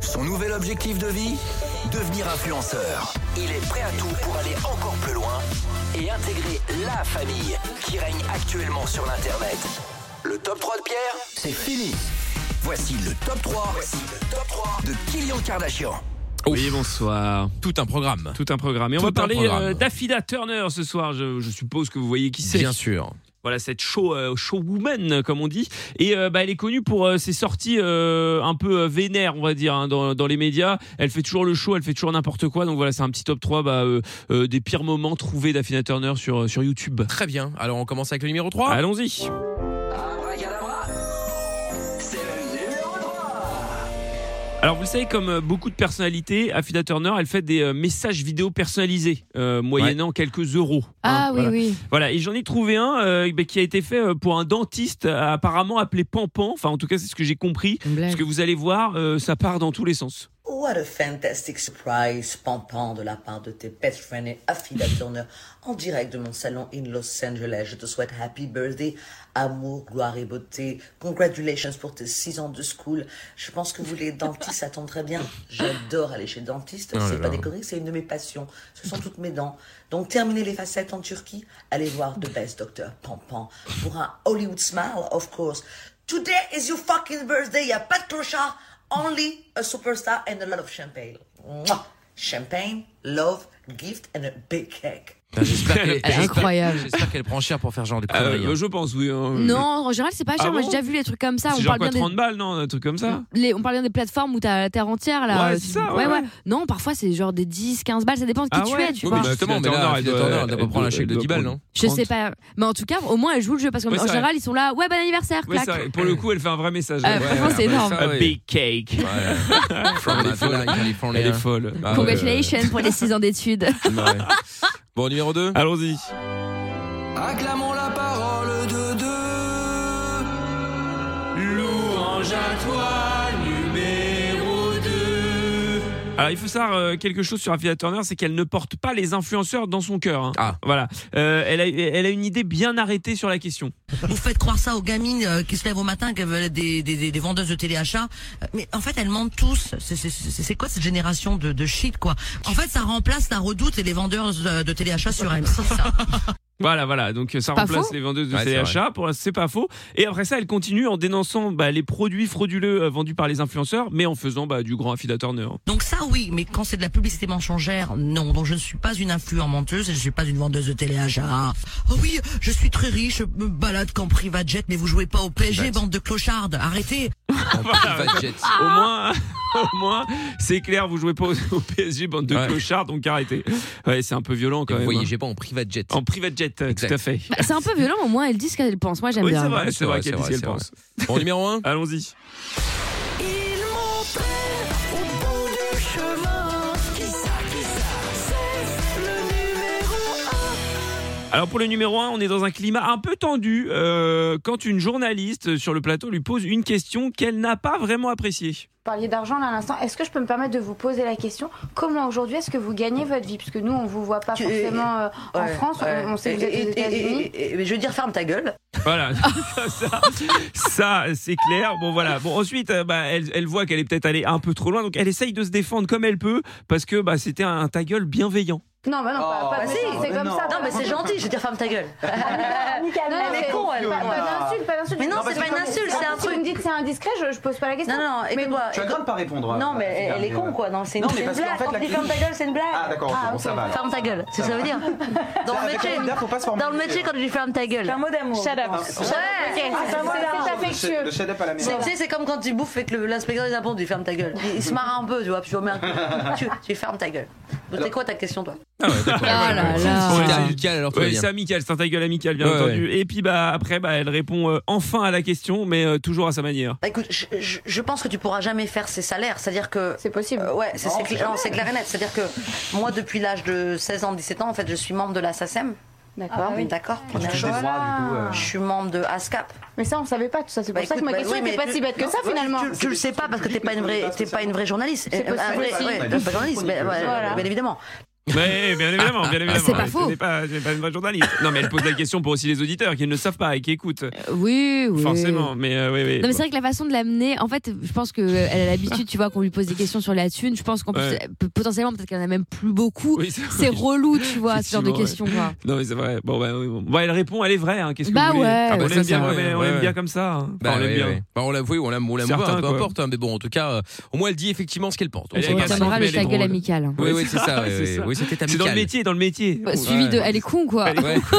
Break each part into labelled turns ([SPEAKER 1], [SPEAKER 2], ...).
[SPEAKER 1] Son nouvel objectif de vie Devenir influenceur. Il est prêt à tout pour aller encore plus loin et intégrer la famille qui règne actuellement sur l'Internet. Le top 3 de Pierre, c'est fini. Voici le top 3, Voici le top 3 de Kylian Kardashian.
[SPEAKER 2] Oui, bonsoir.
[SPEAKER 3] Tout un programme.
[SPEAKER 2] Tout un programme. Et on
[SPEAKER 3] Tout
[SPEAKER 2] va
[SPEAKER 3] un
[SPEAKER 2] parler
[SPEAKER 3] programme.
[SPEAKER 2] euh, d'Affida Turner ce soir. Je, je suppose que vous voyez qui c'est.
[SPEAKER 3] Bien sûr.
[SPEAKER 2] Voilà, cette show, euh, showwoman, comme on dit. Et euh, bah, elle est connue pour euh, ses sorties euh, un peu euh, vénères, on va dire, hein, dans, dans les médias. Elle fait toujours le show, elle fait toujours n'importe quoi. Donc voilà, c'est un petit top 3 bah, euh, euh, des pires moments trouvés d'Affida Turner sur, euh, sur YouTube.
[SPEAKER 3] Très bien. Alors on commence avec le numéro 3.
[SPEAKER 2] Allons-y.
[SPEAKER 1] Abracadabra, c'est le numéro 3.
[SPEAKER 2] Alors vous le savez, comme euh, beaucoup de personnalités, Affida Turner, elle fait des euh, messages vidéo personnalisés, euh, moyennant quelques euros.
[SPEAKER 4] Ah
[SPEAKER 2] hein,
[SPEAKER 4] oui,
[SPEAKER 2] voilà.
[SPEAKER 4] oui.
[SPEAKER 2] Voilà, et j'en ai trouvé un euh, bah, qui a été fait euh, pour un dentiste euh, apparemment appelé Pampan. Enfin, en tout cas, c'est ce que j'ai compris.
[SPEAKER 4] Une blague.
[SPEAKER 2] Parce que vous allez voir, euh, ça part dans tous les sens.
[SPEAKER 5] What a fantastic surprise, Pampan, de la part de tes best friends et Affida Turner, en direct de mon salon in Los Angeles. Je te souhaite happy birthday, amour, gloire et beauté. Congratulations pour tes 6 ans de school. Je pense que vous, les dentistes, ça tombe très bien. J'adore aller chez le dentiste.
[SPEAKER 3] Oh là
[SPEAKER 5] c'est
[SPEAKER 3] là.
[SPEAKER 5] pas décoré, c'est une de mes passions. Ce sont toutes mes dents. Donc, terminez les facettes en Turquie. Allez voir The Best Doctor Pampan pour un Hollywood smile, of course. Today is your fucking birthday. Y a pas de clochard. Only a superstar and a lot of champagne. Mouah. Champagne, love, gift and a big cake.
[SPEAKER 3] Putain, J'espère qu'elle-
[SPEAKER 4] Elle est
[SPEAKER 3] j'espère-
[SPEAKER 4] Ah, incroyable.
[SPEAKER 3] J'espère qu'elle prend cher pour faire genre des
[SPEAKER 2] Euh,
[SPEAKER 3] conneries.
[SPEAKER 2] bah,
[SPEAKER 3] hein.
[SPEAKER 2] je pense, oui. hein.
[SPEAKER 4] Non, en général, c'est pas cher.
[SPEAKER 2] Ah
[SPEAKER 4] Moi,
[SPEAKER 2] bon
[SPEAKER 4] j'ai déjà vu les trucs comme ça.
[SPEAKER 2] C'est
[SPEAKER 4] on
[SPEAKER 2] genre quoi,
[SPEAKER 4] parle bien
[SPEAKER 2] 30
[SPEAKER 4] des...
[SPEAKER 2] balles, non Un truc comme ça
[SPEAKER 4] les- on parle bien des plateformes où t'as la terre entière là. euh,
[SPEAKER 2] Ouais, c'est ça, ouais, ouais.
[SPEAKER 4] Non, parfois c'est genre des 10, 15 balles, ça dépend de qui
[SPEAKER 2] Ah
[SPEAKER 4] tu
[SPEAKER 2] ouais.
[SPEAKER 4] es, tu
[SPEAKER 2] Oui,
[SPEAKER 4] vois.
[SPEAKER 2] mais
[SPEAKER 3] justement, mais
[SPEAKER 2] Affida
[SPEAKER 3] là,
[SPEAKER 2] Turner,
[SPEAKER 3] Affida
[SPEAKER 2] elle
[SPEAKER 3] Turner,
[SPEAKER 2] doit-
[SPEAKER 3] Bah, elle doit pas
[SPEAKER 2] elle
[SPEAKER 3] prendre un
[SPEAKER 2] doit-
[SPEAKER 3] chèque de
[SPEAKER 2] elle
[SPEAKER 3] 10
[SPEAKER 2] doit
[SPEAKER 3] balles, non
[SPEAKER 4] Je
[SPEAKER 3] 30.
[SPEAKER 4] sais pas. Mais en tout cas, au moins elle joue le jeu parce qu'en
[SPEAKER 2] Ouais,
[SPEAKER 4] en
[SPEAKER 2] c'est vrai.
[SPEAKER 4] général, ils sont là. Ouais, bon anniversaire,
[SPEAKER 2] Oui,
[SPEAKER 4] clac.
[SPEAKER 2] c'est vrai. Pour le coup, elle fait un vrai message.
[SPEAKER 4] Ah, franchement, c'est énorme.
[SPEAKER 3] bah, ça,
[SPEAKER 2] A
[SPEAKER 3] ouais.
[SPEAKER 2] big cake.
[SPEAKER 3] Ouais. From
[SPEAKER 2] Elle est
[SPEAKER 3] Madonna,
[SPEAKER 2] folle.
[SPEAKER 3] California.
[SPEAKER 2] Elle est folle.
[SPEAKER 3] Ah, ouais.
[SPEAKER 4] Congratulations pour les 6 ans d'études.
[SPEAKER 3] Ouais. Bon, numéro 2.
[SPEAKER 2] Allons-y.
[SPEAKER 1] Acclamons la parole de deux.
[SPEAKER 2] Louange à toi, numéro 2. Alors, il faut savoir euh, quelque chose sur Affida Turner, c'est qu'elle ne porte pas les influenceurs dans son cœur. hein.
[SPEAKER 3] Ah.
[SPEAKER 2] Voilà. Euh, elle, a, elle a une idée bien arrêtée sur la question.
[SPEAKER 6] Vous faites croire ça aux gamines euh, qui se lèvent au matin, qu'elles veulent être des, des, des- des vendeuses de téléachat. Euh, Mais en fait, elles mentent tous. C'est- c'est- C'est c'est quoi cette génération de, de shit, quoi En fait, ça remplace la redoute et les vendeurs de, de téléachat sur M6. ça.
[SPEAKER 2] Voilà, voilà. Donc, euh, ça
[SPEAKER 4] Pas
[SPEAKER 2] remplace
[SPEAKER 4] faux.
[SPEAKER 2] les vendeuses de
[SPEAKER 3] Ouais, c'est
[SPEAKER 2] CHA. Pour c'est pas faux. Et après ça, elle continue en dénonçant bah, les produits frauduleux euh, vendus par les influenceurs, mais en faisant bah, du grand Affida Turner.
[SPEAKER 6] Donc ça, oui, mais quand c'est de la publicité mensongère, non. Donc je ne suis pas une influenceuse et je ne suis pas une vendeuse de téléachat. Oh oui, je suis très riche, je me balade qu'en private jet, mais vous jouez pas au PSG, bande de clochards. Arrêtez
[SPEAKER 3] En private jet.
[SPEAKER 4] Ah.
[SPEAKER 2] Au moins, au moins, c'est clair. Vous jouez pas au, au PSG, bande de
[SPEAKER 3] Ouais.
[SPEAKER 2] clochards, donc arrêtez. Ouais, c'est un peu violent quand
[SPEAKER 3] Vous
[SPEAKER 2] même.
[SPEAKER 3] voyez,
[SPEAKER 2] hein.
[SPEAKER 3] j'ai pas en private jet.
[SPEAKER 2] En private jet, euh,
[SPEAKER 3] Exact.
[SPEAKER 2] tout à fait.
[SPEAKER 4] Bah, c'est un peu violent, mais au moins elle dit ce qu'elle pense. Moi, j'aime
[SPEAKER 2] Oui,
[SPEAKER 4] bien.
[SPEAKER 2] c'est vrai, c'est
[SPEAKER 3] C'est
[SPEAKER 2] vrai
[SPEAKER 3] vrai,
[SPEAKER 2] qu'elle
[SPEAKER 3] c'est
[SPEAKER 2] dit ce
[SPEAKER 3] vrai,
[SPEAKER 2] qu'elle
[SPEAKER 3] c'est
[SPEAKER 2] pense.
[SPEAKER 3] Bon, numéro 1.
[SPEAKER 2] Allons-y.
[SPEAKER 1] Ils m'ont pris au bout du chemin. Qui ça, qui ça C'est le numéro
[SPEAKER 2] Alors pour le numéro 1, on est dans un climat un peu tendu euh, quand une journaliste sur le plateau lui pose une question qu'elle n'a pas vraiment appréciée.
[SPEAKER 7] Vous parliez d'argent là à l'instant. Est-ce que je peux me permettre de vous poser la question Comment aujourd'hui est-ce que vous gagnez votre vie Parce que nous, on vous voit pas
[SPEAKER 5] Tu-
[SPEAKER 7] forcément euh, en
[SPEAKER 5] Ouais,
[SPEAKER 7] France. on-
[SPEAKER 5] ouais.
[SPEAKER 7] On, sait que vous
[SPEAKER 5] Et-
[SPEAKER 7] êtes
[SPEAKER 5] et-
[SPEAKER 7] aux
[SPEAKER 5] et-
[SPEAKER 7] États-Unis.
[SPEAKER 5] et- et- et- Je veux dire, ferme ta gueule.
[SPEAKER 2] Voilà, ça, ça, c'est clair. Bon voilà. Bon ensuite, euh, bah, elle, elle voit qu'elle est peut-être allée un peu trop loin, donc elle essaye de se défendre comme elle peut parce que bah, c'était un, ta gueule bienveillant.
[SPEAKER 7] Non, bah non, pas, pas
[SPEAKER 5] bah
[SPEAKER 7] de
[SPEAKER 5] si,
[SPEAKER 7] méchant, c'est
[SPEAKER 5] mais
[SPEAKER 7] comme ça.
[SPEAKER 5] Non, mais c'est gentil, je veux dire, ferme ta gueule.
[SPEAKER 7] Nickel, non,
[SPEAKER 5] elle est
[SPEAKER 7] mais-
[SPEAKER 5] con, elle.
[SPEAKER 7] Pas, pas d'insulte, pas d'insulte.
[SPEAKER 5] Mais non,
[SPEAKER 7] Non,
[SPEAKER 5] c'est
[SPEAKER 7] parce
[SPEAKER 5] pas une
[SPEAKER 7] que-
[SPEAKER 5] insulte, c'est un
[SPEAKER 7] Si vous
[SPEAKER 5] truc.
[SPEAKER 7] me dites que c'est indiscret, je, je pose pas la question.
[SPEAKER 5] Non, non, écoute-moi.
[SPEAKER 8] Tu aggraves de pas répondre. à-
[SPEAKER 5] Non, mais
[SPEAKER 8] à cette
[SPEAKER 5] elle, elle est
[SPEAKER 8] dernière.
[SPEAKER 5] con, quoi. Non, c'est une,
[SPEAKER 8] Non, mais
[SPEAKER 5] c'est une
[SPEAKER 8] parce qu'en
[SPEAKER 5] blague.
[SPEAKER 8] fait,
[SPEAKER 5] Quand
[SPEAKER 8] la
[SPEAKER 5] on dit ferme ta gueule, c'est une blague.
[SPEAKER 8] Ah, d'accord, ok,
[SPEAKER 7] Ah,
[SPEAKER 8] bon,
[SPEAKER 7] ok.
[SPEAKER 8] ça va. alors.
[SPEAKER 6] Ferme ta gueule, c'est ce que ça veut dire Dans
[SPEAKER 8] Ah,
[SPEAKER 6] le
[SPEAKER 8] d'accord,
[SPEAKER 6] métier,
[SPEAKER 8] là, faut pas se
[SPEAKER 6] dans le
[SPEAKER 8] formaliser.
[SPEAKER 6] métier quand je lui ferme ta gueule.
[SPEAKER 5] un mot d'amour. Shut up.
[SPEAKER 7] Ok, Ah, c'est- c'est affectueux.
[SPEAKER 8] Le shut-up à la
[SPEAKER 6] C'est-
[SPEAKER 8] maison.
[SPEAKER 6] Tu sais, c'est comme quand tu bouffes et que le- l'inspecteur des impôts dit ferme ta gueule. Il, il se marre un peu, tu vois, puis tu remets un coup. Tu, tu fermes ta gueule. Donc, C'est quoi ta question, toi
[SPEAKER 3] Ah ouais, d'accord.
[SPEAKER 4] Ah
[SPEAKER 3] Ouais,
[SPEAKER 4] là
[SPEAKER 3] ouais.
[SPEAKER 4] là.
[SPEAKER 3] C'était amical, alors tout va
[SPEAKER 2] Ouais,
[SPEAKER 3] bien.
[SPEAKER 2] c'est amical, c'est un ta gueule amical bien
[SPEAKER 3] Ouais,
[SPEAKER 2] entendu. Et puis bah après bah elle répond euh, enfin à la question, mais euh, toujours à sa manière.
[SPEAKER 6] Bah, Écoute, je, je- je pense que tu pourras jamais faire ces salaires. C'est-à-dire que.
[SPEAKER 7] C'est possible.
[SPEAKER 5] Ah,
[SPEAKER 6] Euh, ouais, c'est c'est clair, non, c'est clair et net. C'est-à-dire que moi, depuis l'âge de 16 ans, 17 ans, en fait, je suis membre de la SACEM.
[SPEAKER 7] D'accord.
[SPEAKER 6] E D'accord
[SPEAKER 8] Tu
[SPEAKER 6] Première
[SPEAKER 8] touches des
[SPEAKER 6] chose.
[SPEAKER 8] droits, du coup. euh,
[SPEAKER 6] Je suis membre de ASCAP.
[SPEAKER 7] Mais ça, on savait pas tout ça. C'est pour
[SPEAKER 6] Bah,
[SPEAKER 7] ça que
[SPEAKER 6] écoute,
[SPEAKER 7] ma
[SPEAKER 6] bah,
[SPEAKER 7] question
[SPEAKER 6] oui,
[SPEAKER 7] n'était
[SPEAKER 6] mais
[SPEAKER 7] pas
[SPEAKER 6] tu-
[SPEAKER 7] si bête que
[SPEAKER 6] non,
[SPEAKER 7] ça
[SPEAKER 6] ouais,
[SPEAKER 7] finalement.
[SPEAKER 6] Tu, tu le sais pas parce que t'es pas une vraie, t'es pas une vraie journaliste. Euh,
[SPEAKER 7] C'est
[SPEAKER 6] Un vrai-
[SPEAKER 7] possible.
[SPEAKER 6] ouais, t'es pas journaliste, mais,
[SPEAKER 8] Voilà.
[SPEAKER 6] mais bien évidemment.
[SPEAKER 2] Oui, bien évidemment,
[SPEAKER 3] Ah,
[SPEAKER 2] bien évidemment.
[SPEAKER 4] C'est pas
[SPEAKER 2] Elle
[SPEAKER 4] faux.
[SPEAKER 2] n'est pas, elle n'est pas une vraie journaliste. Non, mais elle pose la question pour aussi les auditeurs qui ne le savent pas et qui écoutent.
[SPEAKER 4] Oui, oui.
[SPEAKER 2] Forcément, mais euh, oui, oui.
[SPEAKER 4] Non mais c'est vrai que la façon de l'amener, en fait, je pense que euh, elle a l'habitude, tu vois, qu'on lui pose des questions sur la thune. Je pense qu'en plus,
[SPEAKER 2] Ouais.
[SPEAKER 4] euh, p- potentiellement, peut-être qu'elle en a même plus beaucoup.
[SPEAKER 2] Oui, c'est
[SPEAKER 4] C'est
[SPEAKER 2] vrai.
[SPEAKER 4] relou, tu vois, ce genre
[SPEAKER 2] Effectivement,
[SPEAKER 4] de
[SPEAKER 2] ouais.
[SPEAKER 4] questions. quoi.
[SPEAKER 2] Non, mais c'est vrai. Bon, bah, oui, bon. Bah, elle répond, elle est vraie. hein, Qu'est-ce que
[SPEAKER 4] Bah
[SPEAKER 2] vous voulez
[SPEAKER 4] ouais. Ah bah,
[SPEAKER 2] On
[SPEAKER 3] ça,
[SPEAKER 2] l'aime
[SPEAKER 3] c'est
[SPEAKER 2] bien,
[SPEAKER 3] vrai,
[SPEAKER 2] comme- on
[SPEAKER 3] ouais,
[SPEAKER 2] l'aime
[SPEAKER 3] ouais.
[SPEAKER 2] bien comme ça. hein.
[SPEAKER 3] Bah,
[SPEAKER 2] Enfin, on l'aime
[SPEAKER 3] ouais,
[SPEAKER 2] bien.
[SPEAKER 3] ouais. Bah, on l'a oui, on l'aime, on l'aime ou pas,
[SPEAKER 2] Certains,
[SPEAKER 3] peu
[SPEAKER 2] quoi.
[SPEAKER 3] importe. hein, mais bon, en tout cas, euh, au moins elle dit effectivement ce qu'elle pense.
[SPEAKER 2] Elle
[SPEAKER 4] On
[SPEAKER 2] est
[SPEAKER 3] s'en
[SPEAKER 2] agaçante,
[SPEAKER 4] retiendra
[SPEAKER 3] passe.
[SPEAKER 2] mais
[SPEAKER 4] le
[SPEAKER 2] elle est
[SPEAKER 4] ta gueule
[SPEAKER 2] drôle.
[SPEAKER 4] amicale. hein.
[SPEAKER 3] Oui, oui, c'est ça.
[SPEAKER 2] C'est
[SPEAKER 3] ouais, ouais.
[SPEAKER 2] ça.
[SPEAKER 3] Oui, c'était
[SPEAKER 2] C'est dans le
[SPEAKER 3] amical.
[SPEAKER 2] métier, dans le métier.
[SPEAKER 4] Euh, Suivi de, elle est con quoi.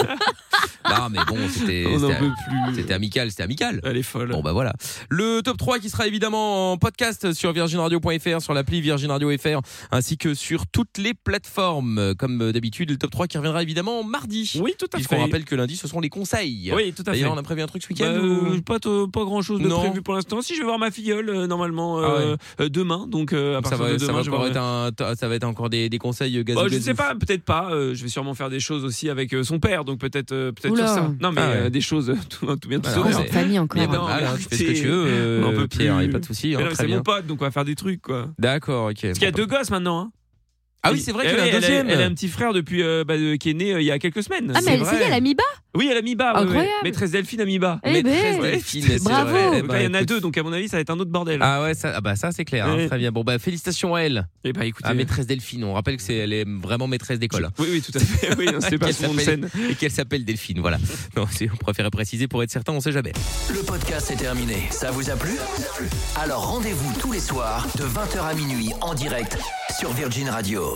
[SPEAKER 3] Ouais. non, mais bon, c'était
[SPEAKER 2] On n'en
[SPEAKER 3] c'était-
[SPEAKER 2] peut plus.
[SPEAKER 3] c'était amical, c'était amical.
[SPEAKER 2] Elle est folle.
[SPEAKER 3] Bon bah voilà. Le top 3 qui sera évidemment en podcast sur virginradio.fr, sur l'appli Virgin Radio FR, ainsi que sur toutes les plateformes. Comme d'habitude, le top 3 qui reviendra évidemment mardi.
[SPEAKER 2] Oui, tout à
[SPEAKER 3] Puisqu'on
[SPEAKER 2] fait.
[SPEAKER 3] rappelle que lundi, ce seront les conseils.
[SPEAKER 2] Oui, tout à fait.
[SPEAKER 3] D'ailleurs, on a prévu un truc ce week-end
[SPEAKER 2] Bah,
[SPEAKER 3] ou-
[SPEAKER 2] euh, pas, t- pas grand chose de
[SPEAKER 3] Non.
[SPEAKER 2] prévu pour l'instant. Si je vais voir ma filleule euh, normalement
[SPEAKER 3] Ah
[SPEAKER 2] euh, euh, demain, donc euh, à
[SPEAKER 3] ça
[SPEAKER 2] partir
[SPEAKER 3] va,
[SPEAKER 2] de
[SPEAKER 3] ça
[SPEAKER 2] demain,
[SPEAKER 3] va
[SPEAKER 2] je vais
[SPEAKER 3] encore
[SPEAKER 2] voir-
[SPEAKER 3] être un- t- ça va être encore des, des conseils euh, gazou
[SPEAKER 2] Bah, je
[SPEAKER 3] gazou.
[SPEAKER 2] sais pas, peut-être pas. euh, je vais sûrement faire des choses aussi avec euh, son père, donc peut-être euh, peut-être
[SPEAKER 4] Oula.
[SPEAKER 2] sur ça. Non, mais
[SPEAKER 3] Ah ouais. Bah,
[SPEAKER 2] euh, des choses euh, tout, tout bien tout
[SPEAKER 3] Voilà,
[SPEAKER 2] honneur.
[SPEAKER 3] on
[SPEAKER 4] Cette
[SPEAKER 3] sait.
[SPEAKER 4] famille encore. hein.
[SPEAKER 3] Mais
[SPEAKER 2] Ouais.
[SPEAKER 3] bon,
[SPEAKER 2] Ah, Non, mais
[SPEAKER 3] alors, tu fais ce que
[SPEAKER 2] arrêtez.
[SPEAKER 3] tu veux, euh,
[SPEAKER 2] On en peut
[SPEAKER 3] Pierre,
[SPEAKER 2] plus.
[SPEAKER 3] y a pas de souci.
[SPEAKER 2] Mais
[SPEAKER 3] hein,
[SPEAKER 2] non,
[SPEAKER 3] très
[SPEAKER 2] C'est
[SPEAKER 3] bien.
[SPEAKER 2] mon pote, donc on va faire des trucs quoi.
[SPEAKER 3] D'accord, ok.
[SPEAKER 2] Parce qu'il y a deux gosses maintenant. hein.
[SPEAKER 3] Ah oui, c'est vrai
[SPEAKER 2] Eh
[SPEAKER 3] qu'il y en a
[SPEAKER 2] ouais,
[SPEAKER 3] un
[SPEAKER 2] elle
[SPEAKER 3] deuxième.
[SPEAKER 2] Elle a un petit frère depuis euh, bah, de- qui est né euh, il y a quelques semaines.
[SPEAKER 4] Ah mais
[SPEAKER 3] C'est
[SPEAKER 4] elle,
[SPEAKER 3] vrai.
[SPEAKER 4] c'est elle a mis bas.
[SPEAKER 2] Oui, elle a mis bas. ouais, ouais.
[SPEAKER 4] Incroyable.
[SPEAKER 2] Maîtresse Delphine a mis bas.
[SPEAKER 4] Eh oh.
[SPEAKER 3] Maîtresse
[SPEAKER 4] ben.
[SPEAKER 3] Delphine,
[SPEAKER 2] Ouais,
[SPEAKER 3] c'est
[SPEAKER 4] Bravo.
[SPEAKER 3] vrai. Eh
[SPEAKER 2] Donc
[SPEAKER 3] ben,
[SPEAKER 2] là, il y en a
[SPEAKER 3] écoute.
[SPEAKER 2] deux, donc à mon avis, ça va être un autre bordel.
[SPEAKER 3] Ah ouais, ça, ah bah ça c'est clair, hein,
[SPEAKER 2] Ouais.
[SPEAKER 3] très bien. Bon bah félicitations à elle,
[SPEAKER 2] Et bah écoutez.
[SPEAKER 3] à maîtresse Delphine. On rappelle que c'est elle est vraiment maîtresse d'école
[SPEAKER 2] Oui, oui, tout à fait. Oui, non, c'est pas
[SPEAKER 3] Qu'elle
[SPEAKER 2] son nom de
[SPEAKER 3] s'appelle-
[SPEAKER 2] scène.
[SPEAKER 3] et qu'elle s'appelle Delphine. Voilà. Non, c'est- on préférait préciser pour être certain, on sait jamais.
[SPEAKER 1] Le podcast est terminé. Ça vous a plu Alors rendez-vous tous les soirs de 20h à minuit en direct sur Virgin Radio.